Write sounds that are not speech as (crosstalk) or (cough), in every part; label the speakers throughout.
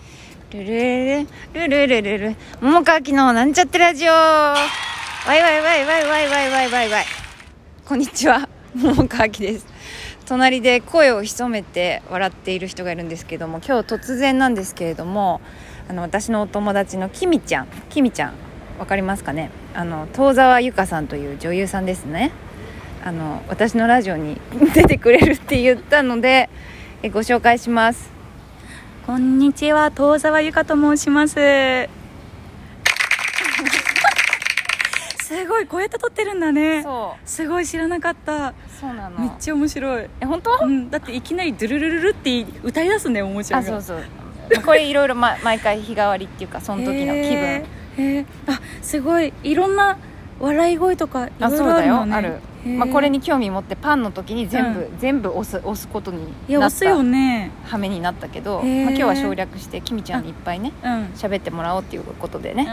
Speaker 1: ルルルルルルルルル桃川きのなんちゃってラジオわいわいわいわいわいわいわいわいわいこんにちは桃川きです隣で声を潜めて笑っている人がいるんですけども今日突然なんですけれどもあの私のお友達のきみちゃんきみちゃんわかりますかねあの遠沢由香さんという女優さんですねあの私のラジオに (laughs) 出てくれるって言ったのでえご紹介します
Speaker 2: こんにちは、遠沢由香と申します。すごい、こうやって撮ってるんだね。
Speaker 1: そ
Speaker 2: すごい知らなかった。
Speaker 1: うそうなの
Speaker 2: めっちゃ面白い。
Speaker 1: え本当
Speaker 2: うん、だっていきなりドゥルルルルって歌い出すね、面白
Speaker 1: あ
Speaker 2: い
Speaker 1: そう
Speaker 2: が。
Speaker 1: そうこれいろいろ、ま、毎回日替わりっていうかその時の気
Speaker 2: へ
Speaker 1: 分、
Speaker 2: ー。へーあ、すごい、いろんな笑い声とかいろ
Speaker 1: あ
Speaker 2: い
Speaker 1: そう
Speaker 2: ろあ
Speaker 1: だ
Speaker 2: る
Speaker 1: よ
Speaker 2: の
Speaker 1: あ
Speaker 2: ね。
Speaker 1: る、
Speaker 2: へー
Speaker 1: まあ、これ。に興味持ってパンの時に全部、全部押す押すことに
Speaker 2: いや、
Speaker 1: な
Speaker 2: 押
Speaker 1: っ
Speaker 2: すよ
Speaker 1: た
Speaker 2: ね。
Speaker 1: 羽目になったけど、
Speaker 2: へー
Speaker 1: まあ、今日は省略してきみちゃんにいっぱいね
Speaker 2: うん。うん。
Speaker 1: 喋ってもらおうっていうことでね、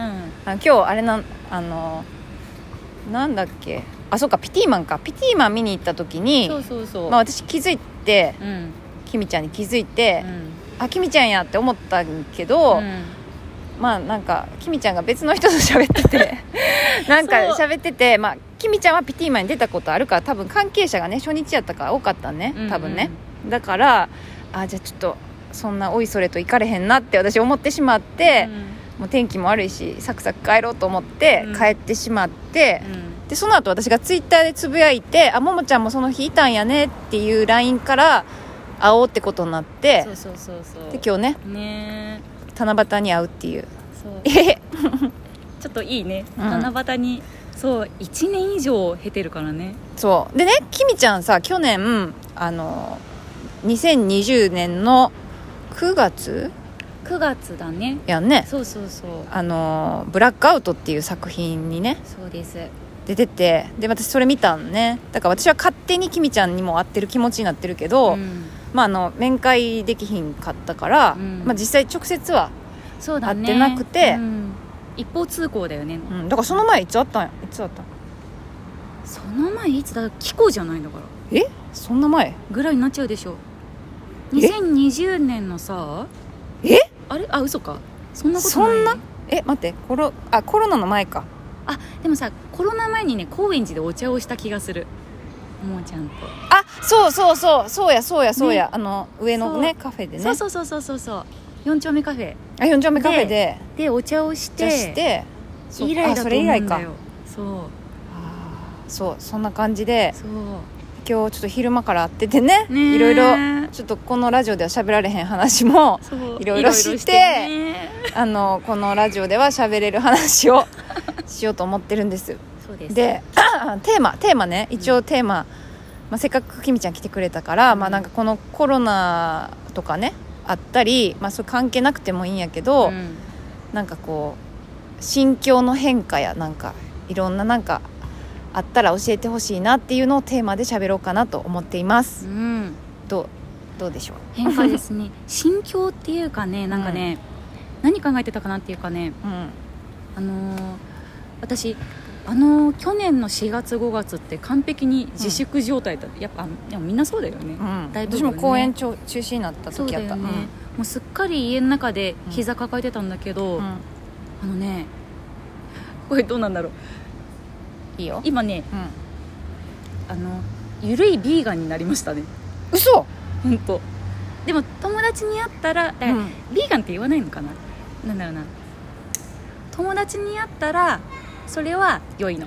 Speaker 1: あの今日あれなんあのなんだっけあそうかピティマンかピティマン見に行った時に
Speaker 2: そうそうそう。
Speaker 1: まあ、私気づいて
Speaker 2: うん。
Speaker 1: きみちゃんに気づいて
Speaker 2: う、ん。
Speaker 1: あきみちゃんやって思ったんけど、
Speaker 2: うん
Speaker 1: まあなんかきみちゃんが別の人と喋って
Speaker 2: (laughs)
Speaker 1: てなんか
Speaker 2: そう
Speaker 1: 喋っててまあきみちゃんはピティマンに出たことあるから多分関係者がね初日やったから多かったね多分ね、だからあじゃあちょっとそんなおいそれと行かれへんなって私思ってしまっ
Speaker 2: うん
Speaker 1: て
Speaker 2: う、ん
Speaker 1: もう天気も悪いしサクサク帰ろうと思って
Speaker 2: うん
Speaker 1: 帰ってしまって、
Speaker 2: うん
Speaker 1: でその後私がツイッターでつぶやいて「あももちゃんもその日いたんやね」っていう LINE から会おうってことになって
Speaker 2: そうそうそうそう
Speaker 1: で今日ね
Speaker 2: ね
Speaker 1: 七夕に会うっていう
Speaker 2: えそう
Speaker 1: えへへ
Speaker 2: ちょっといいね、
Speaker 1: うん
Speaker 2: 七夕にそう1年以上経てるからね
Speaker 1: そうでねきみちゃんさ去年あの2020年の9月
Speaker 2: 9月だね
Speaker 1: やんね
Speaker 2: そうそうそう
Speaker 1: あのブラックアウトっていう作品にね
Speaker 2: そうです
Speaker 1: 出ててで私それ見たんねだから私は勝手にきみちゃんにも会ってる気持ちになってるけど、
Speaker 2: ん
Speaker 1: まあ、あの面会できひんかったから、
Speaker 2: うん
Speaker 1: まあ、実際直接は、
Speaker 2: そうだね
Speaker 1: 会ってなくて
Speaker 2: うん一方通行だよね、
Speaker 1: うん、だからその前いつあったんやいつあったん
Speaker 2: その前いつだ紀行じゃないんだから
Speaker 1: えそんな前
Speaker 2: ぐらいになっちゃうでしょ
Speaker 1: え
Speaker 2: 2020年のさ
Speaker 1: え
Speaker 2: あれあ嘘かそんなことない
Speaker 1: そんなえ待ってコロあコロナの前か
Speaker 2: あでもさコロナ前にね高円寺でお茶をした気がするもうちゃんと
Speaker 1: あそうそうそうそうやそうやそうや、あの上のね
Speaker 2: そ
Speaker 1: カフェでね
Speaker 2: そうそうそうそうそうそう4丁目カフェ
Speaker 1: あ4丁目カフェで
Speaker 2: でお茶をして
Speaker 1: じゃあしてそう
Speaker 2: 以来
Speaker 1: あ
Speaker 2: だと
Speaker 1: そ
Speaker 2: 思
Speaker 1: れ
Speaker 2: う
Speaker 1: 以
Speaker 2: んだ
Speaker 1: 来
Speaker 2: よ
Speaker 1: か
Speaker 2: そう
Speaker 1: あーそうそんな感じで
Speaker 2: そう
Speaker 1: 今日ちょっと昼間から会っててね
Speaker 2: ねえ
Speaker 1: いろいろちょっとこのラジオでは喋られへん話も
Speaker 2: そう
Speaker 1: いろいろして
Speaker 2: ね
Speaker 1: あのこのラジオでは喋れる話をしようと思ってるんです
Speaker 2: そうです
Speaker 1: で (clears throat) テーマテーマね一応テーマ、まあ、せっかくきみちゃん来てくれたから、
Speaker 2: うん
Speaker 1: まあなんかこのコロナとかねあったり、まあ、それ関係なくてもいいんやけど、
Speaker 2: うん
Speaker 1: なんかこう心境の変化やなんかいろんななんかあったら教えてほしいなっていうのをテーマで喋ろうかなと思っています、
Speaker 2: うん
Speaker 1: どうどうでしょう、
Speaker 2: 変化です
Speaker 1: (laughs)
Speaker 2: ね心境っていうかねなんかね、何考えてたかなっていうかね
Speaker 1: うん、
Speaker 2: あのー私あのー去年の4月5月って完璧に自粛状態だった、やっぱあでもみんなそうだよね、
Speaker 1: うん
Speaker 2: だいぶね
Speaker 1: 私も公演ちょ中止になった
Speaker 2: そう
Speaker 1: 時や
Speaker 2: だ
Speaker 1: った
Speaker 2: よね、もうすっかり家の中で膝抱えてたんだけ
Speaker 1: うん
Speaker 2: ど、
Speaker 1: うん
Speaker 2: あのねこれどうなんだろう
Speaker 1: いいよ、
Speaker 2: 今ね
Speaker 1: うん、
Speaker 2: あのゆるいビーガンになりましたね
Speaker 1: 嘘、
Speaker 2: 本当。でも友達に会ったら、だ
Speaker 1: うん
Speaker 2: ビーガンって言わないのかななんだろうな友達に会ったらそれは良いの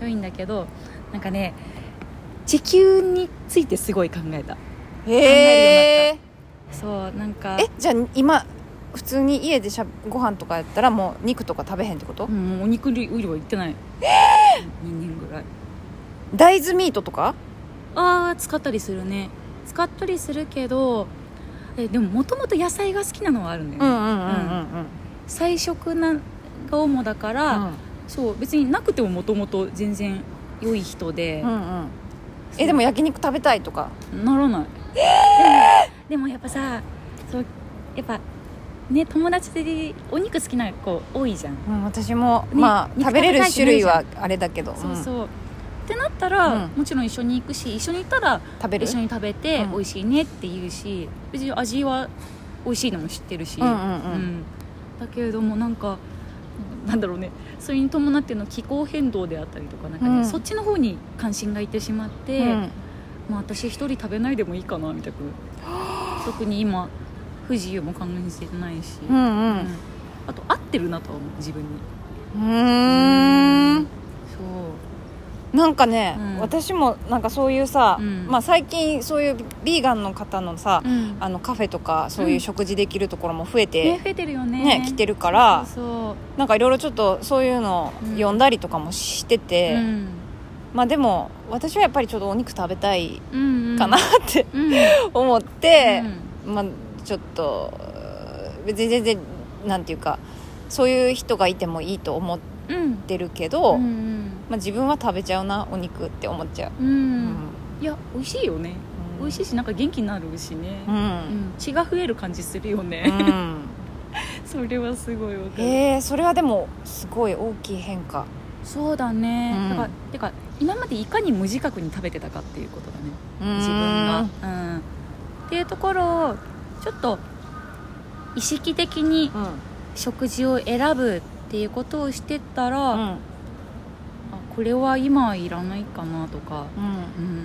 Speaker 2: 良いんだけどなんかね地球についてすごい考えた
Speaker 1: へえ
Speaker 2: そうなんか
Speaker 1: えじゃあ今普通に家でしゃご飯とかやったらもう肉とか食べへんってこと、
Speaker 2: うんもうお肉類類は行ってない2年ぐらい
Speaker 1: 大豆ミートとか
Speaker 2: ああ使ったりするね使ったりするけどえでももともと野菜が好きなのはあるんだよね、
Speaker 1: うんうん
Speaker 2: 菜食なが主だから、そう別になくてももともと全然良い人で、
Speaker 1: うんうんえでも焼肉食べたいとか
Speaker 2: ならないでもでもやっぱさそうやっぱね友達でお肉好きな子多いじゃん、
Speaker 1: うん私も、
Speaker 2: ね
Speaker 1: まあ
Speaker 2: 肉
Speaker 1: 食
Speaker 2: 食べ
Speaker 1: べ
Speaker 2: たい
Speaker 1: れる種類
Speaker 2: っ
Speaker 1: はあれだけど
Speaker 2: そう
Speaker 1: うん
Speaker 2: そうってなったら、
Speaker 1: うん
Speaker 2: もちろん一緒に行くし一緒に行ったら
Speaker 1: 食べる
Speaker 2: 一緒に食べて
Speaker 1: うん
Speaker 2: 美味しいねって言うし別に味は美味しいのも知ってるし、
Speaker 1: うんうんうん
Speaker 2: だけれどもなんかなんだろうねそれに伴っての気候変動であったりとかなんか、ね
Speaker 1: うん
Speaker 2: そっちの方に関心がいってしまって、
Speaker 1: うん
Speaker 2: まあ、私一人食べないでもいいかなみた
Speaker 1: (gasps)
Speaker 2: いな特に今不自由も感じてないし、
Speaker 1: う
Speaker 2: うん
Speaker 1: うん
Speaker 2: んあと合ってるなとは思う自分に
Speaker 1: うーん
Speaker 2: そう
Speaker 1: なんかね、
Speaker 2: うん
Speaker 1: 私もなんかそういうさ、
Speaker 2: うん
Speaker 1: まあ、最近そういうビーガンの方のさ、
Speaker 2: うん
Speaker 1: あのカフェとかそういう食事できるところも増え
Speaker 2: ね
Speaker 1: て、
Speaker 2: 増えてるよね
Speaker 1: ね来てるから
Speaker 2: そうそう
Speaker 1: なんかいろいろちょっとそういうの
Speaker 2: うん
Speaker 1: 読んだりとかもしてて、
Speaker 2: うん
Speaker 1: まあでも私はやっぱりちょっとお肉食べたい
Speaker 2: うんうん
Speaker 1: かなっ、て
Speaker 2: うん
Speaker 1: 思って、まあちょっと別に全然なんていうかそういう人がいてもいいと思っ
Speaker 2: うんうん
Speaker 1: てるけど、
Speaker 2: うん
Speaker 1: まあ、自分は食べちゃうなお肉って思っちゃう、
Speaker 2: うんう
Speaker 1: うん
Speaker 2: んいや美味しいよね美味しい
Speaker 1: し
Speaker 2: しなんか元気になるしね
Speaker 1: う、、
Speaker 2: うんん血が増える感じするよ
Speaker 1: う
Speaker 2: ね、 (laughs)
Speaker 1: ん
Speaker 2: それはすごいわかる、
Speaker 1: へえそれはでもすごい大きい変化
Speaker 2: そうだね、
Speaker 1: うん
Speaker 2: だからてか今までいかに無自覚に食べてたかっていうことだね自分が、うん、っていうところをちょっと意識的に
Speaker 1: うん
Speaker 2: 食事を選ぶっていうことをしてったら、
Speaker 1: う
Speaker 2: あ
Speaker 1: ん
Speaker 2: これは今はいらないかなとか、
Speaker 1: うん
Speaker 2: うん、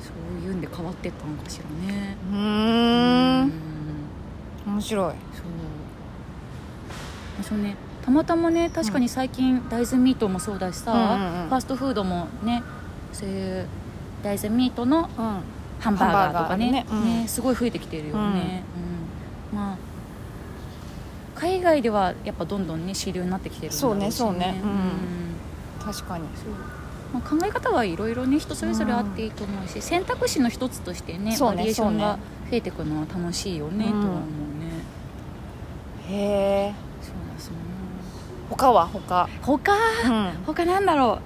Speaker 2: そういうんで変わってったのかしらね
Speaker 1: う
Speaker 2: う
Speaker 1: ーん面白い
Speaker 2: そうまあそうねたまたまね確かに最近大豆ミートもそうだしさ、
Speaker 1: うんうんうん
Speaker 2: ファストフードもねそういう大豆ミートの
Speaker 1: うん
Speaker 2: ハンバーガーとかね
Speaker 1: ハンバーガーねうん
Speaker 2: ねすごい増えてきてるよね、うんまあ海外ではやっぱどんどんね主流になってきてるんだろうしね
Speaker 1: そうねそうねうん
Speaker 2: うん
Speaker 1: 確かに
Speaker 2: まあ、考え方はいろいろね人それぞれあっていいと思うし、選択肢の一つとしてね
Speaker 1: そうね
Speaker 2: バリエーション
Speaker 1: そう
Speaker 2: が
Speaker 1: ね
Speaker 2: 増えてくのは楽しいよね、
Speaker 1: うん
Speaker 2: とは思うね
Speaker 1: へえ
Speaker 2: そうだそうだ
Speaker 1: 他は他、
Speaker 2: 他
Speaker 1: うん、
Speaker 2: 他なんだろ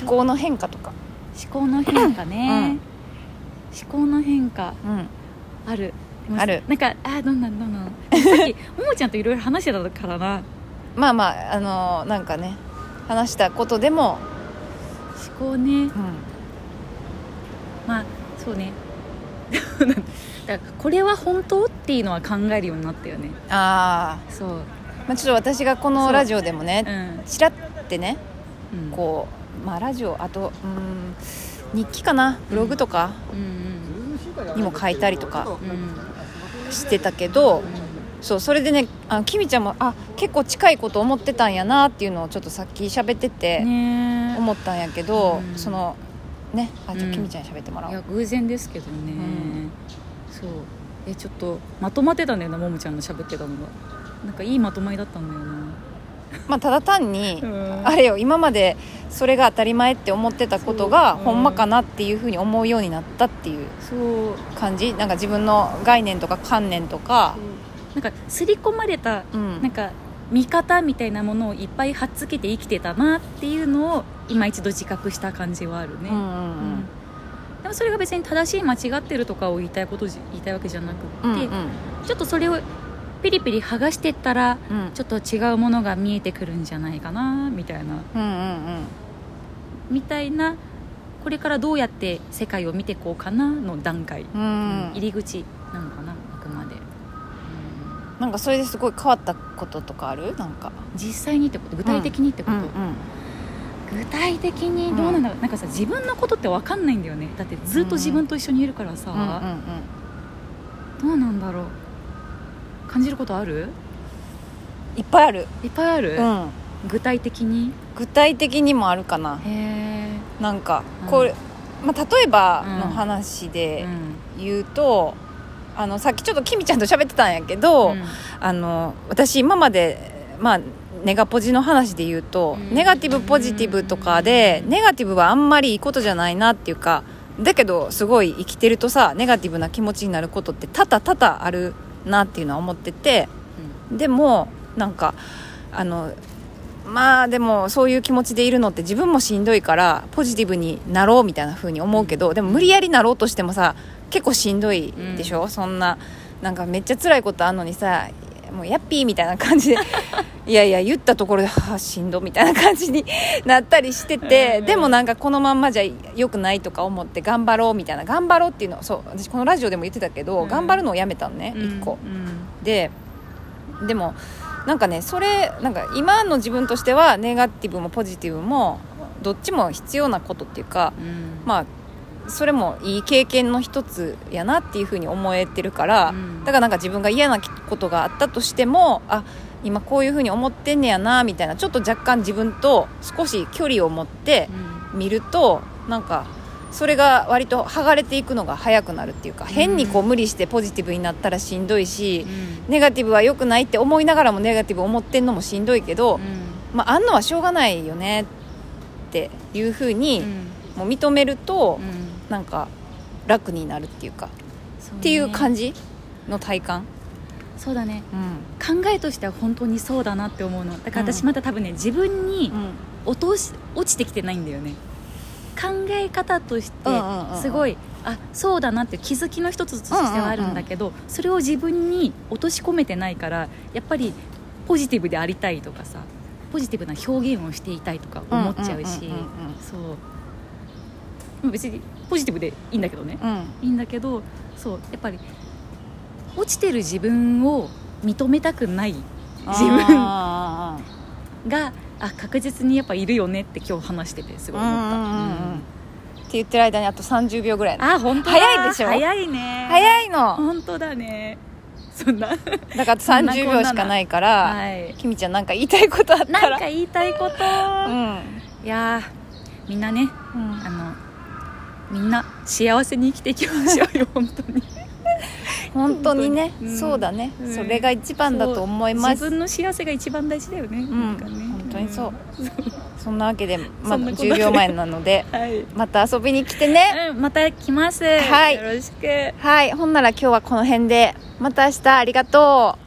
Speaker 1: 思考の変化とか
Speaker 2: う思考の変化ね、思考の変化
Speaker 1: うん
Speaker 2: あるでも
Speaker 1: ある
Speaker 2: なんかあーどんなんどん (laughs) なんさっきももちゃんといろいろ話してたからな
Speaker 1: まあまああのーなんかね話したことでも、
Speaker 2: 思考ね
Speaker 1: う
Speaker 2: まあそうね (laughs) だからこれは本当っていうのは考えるようになったよね
Speaker 1: ん、ああ、
Speaker 2: そう、
Speaker 1: まあ、ちょっと私がこのラジオでも
Speaker 2: う
Speaker 1: ね
Speaker 2: ん
Speaker 1: ちらってね
Speaker 2: うん、
Speaker 1: こうまあラジオあとうん日記かなブログとか
Speaker 2: う、うん
Speaker 1: にも書いたりとか
Speaker 2: うんうん
Speaker 1: してたけどそうそれでねあきみちゃんもあ結構近いこと思ってたんやなっていうのをちょっとさっき喋ってて
Speaker 2: ねえ
Speaker 1: 思ったんやけど、
Speaker 2: うん
Speaker 1: そのねあじゃ
Speaker 2: う
Speaker 1: あ
Speaker 2: ん
Speaker 1: きみちゃんに喋ってもらお、
Speaker 2: いうや偶然ですけどね、
Speaker 1: うん
Speaker 2: そうえちょっとまとまってたんだよなももちゃんの喋ってたのがなんかいいまとまりだったんだよな
Speaker 1: まあただ単に、
Speaker 2: (laughs) うん
Speaker 1: あれよ今までそれが当たり前って思ってたことが
Speaker 2: そう
Speaker 1: ほんまかなっていうふうに思うようになったっていう
Speaker 2: そう
Speaker 1: 感じなんか自分の概念とか観念とか
Speaker 2: なんか刷り込まれた
Speaker 1: うん
Speaker 2: なんか見方みたいなものをいっぱいはっつけて生きてたなっていうのを今一度自覚した感じはあるね、
Speaker 1: うんうんう
Speaker 2: うんんでもそれが別に正しい間違ってるとかを言いたいことじ言いたいわけじゃなくって、
Speaker 1: うんうん
Speaker 2: ちょっとそれをピリピリ剥がしてったら
Speaker 1: うん
Speaker 2: ちょっと違うものが見えてくるんじゃないかなみたいな
Speaker 1: うんうん
Speaker 2: みたいなこれからどうやって世界を見てこうかなの段階、
Speaker 1: うんうん
Speaker 2: 入り口なのかなあくまで、うん
Speaker 1: なんかそれですごい変わったこととかあるなんか
Speaker 2: 実際にってこと具体的にってこと、具体的にどうなんだろう、なんかさ自分のことって分かんないんだよねだってずっと自分と一緒にいるからさ、
Speaker 1: うんうんうん
Speaker 2: どうなんだろう感じることある
Speaker 1: いっぱいある、
Speaker 2: いっぱいある、
Speaker 1: うん、
Speaker 2: 具体的に
Speaker 1: 具体的にもあるかな
Speaker 2: へえ、
Speaker 1: なんか
Speaker 2: うん
Speaker 1: これ、まあ、例えばの話で
Speaker 2: うん
Speaker 1: 言うと、あのさっきちょっときみちゃんと喋ってたんやけど、
Speaker 2: うん
Speaker 1: あの私今までまあネガポジの話で言うと、
Speaker 2: うん
Speaker 1: ネガティブポジティブとかでネガティブはあんまりいいことじゃないなっていうかだけどすごい生きてるとさネガティブな気持ちになることって多々多々あるなっていうのは思ってて、でもなんかあのまあでもそういう気持ちでいるのって自分もしんどいからポジティブになろうみたいな風に思うけどでも無理やりなろうとしてもさ結構しんどいで
Speaker 2: (laughs)
Speaker 1: しょ、そんななんかめっちゃ辛いことあんのにさもうヤッピーみたいな感じでいやいや言ったところではあしんどみたいな感じに (laughs) なったりしてて、
Speaker 2: うん
Speaker 1: でもなんかこのまんまじゃ良くないとか思って頑張ろうみたいな頑張ろうっていうのそう私このラジオでも言ってたけど、
Speaker 2: うん
Speaker 1: 頑張るのをやめたのね、一個
Speaker 2: うん
Speaker 1: ででもなんかねそれなんか今の自分としてはネガティブもポジティブもどっちも必要なことっていうか
Speaker 2: うん
Speaker 1: まあそれもいい経験の一つやなっていうふうに思えてるから、
Speaker 2: うん
Speaker 1: だからなんか自分が嫌なことがあったとしてもあ今こういうふうに思ってんねやなみたいなちょっと若干自分と少し距離を持って
Speaker 2: うん
Speaker 1: 見るとなんかそれが割と剥がれていくのが早くなるっていうか変にこう無理してポジティブになったらしんどいし、ネガティブは良くないって思いながらもネガティブ思ってんのもしんどいけど、まあ、あんのはしょうがないよねっていうふう
Speaker 2: うんう
Speaker 1: に
Speaker 2: ん
Speaker 1: もう認めると、
Speaker 2: うん
Speaker 1: なんか楽になるっていうか
Speaker 2: そうね
Speaker 1: っていう感じの体感、
Speaker 2: そうだね
Speaker 1: うん
Speaker 2: 考えとしては本当にそうだなって思うのだから
Speaker 1: うん
Speaker 2: 私また多分ね自分に落とし落ちてきてないんだよね考え方として
Speaker 1: うんうんうんうん
Speaker 2: すごいあそうだなっていう気づきの一つとしてはあるんだけど、それを自分に落とし込めてないからやっぱりポジティブでありたいとかさポジティブな表現をしていたいとか思っちゃうし、
Speaker 1: うんうんうん
Speaker 2: そう別にポジティブでいいんだけどね
Speaker 1: うんうん
Speaker 2: いいんだけどそうやっぱり落ちてる自分を認めたくない (laughs) 自分
Speaker 1: あー
Speaker 2: があ確実にやっぱいるよねって今日話しててすごい思った、
Speaker 1: うんうんうんって言ってる間にあと30秒ぐらい
Speaker 2: あ本当だ
Speaker 1: 早いでしょ
Speaker 2: 早いね
Speaker 1: 早いの
Speaker 2: 本当だねそんな
Speaker 1: だからあと30秒しかないから
Speaker 2: はい
Speaker 1: きみちゃんなんか言いたいことあった
Speaker 2: なんから言いたいこ
Speaker 1: うん
Speaker 2: と、いやーみんなね
Speaker 1: うん
Speaker 2: あのみんな幸せに生きていきましょ
Speaker 1: (laughs)
Speaker 2: うよ本当に
Speaker 1: 本当にね
Speaker 2: 本当にうん
Speaker 1: そうだね
Speaker 2: うん
Speaker 1: それが一番だと思いま
Speaker 2: 自
Speaker 1: す
Speaker 2: 分の幸せが一番大事だよね,、
Speaker 1: ん
Speaker 2: なんかね
Speaker 1: 本当にそうんそんなわけでま
Speaker 2: そ
Speaker 1: だ
Speaker 2: んなことで
Speaker 1: 10秒前なので
Speaker 2: はい
Speaker 1: また遊びに来てね
Speaker 2: うん、また来ます。
Speaker 1: はい
Speaker 2: よろしく。
Speaker 1: はい、ほんなら今日はこの辺で、また明日ありがとう。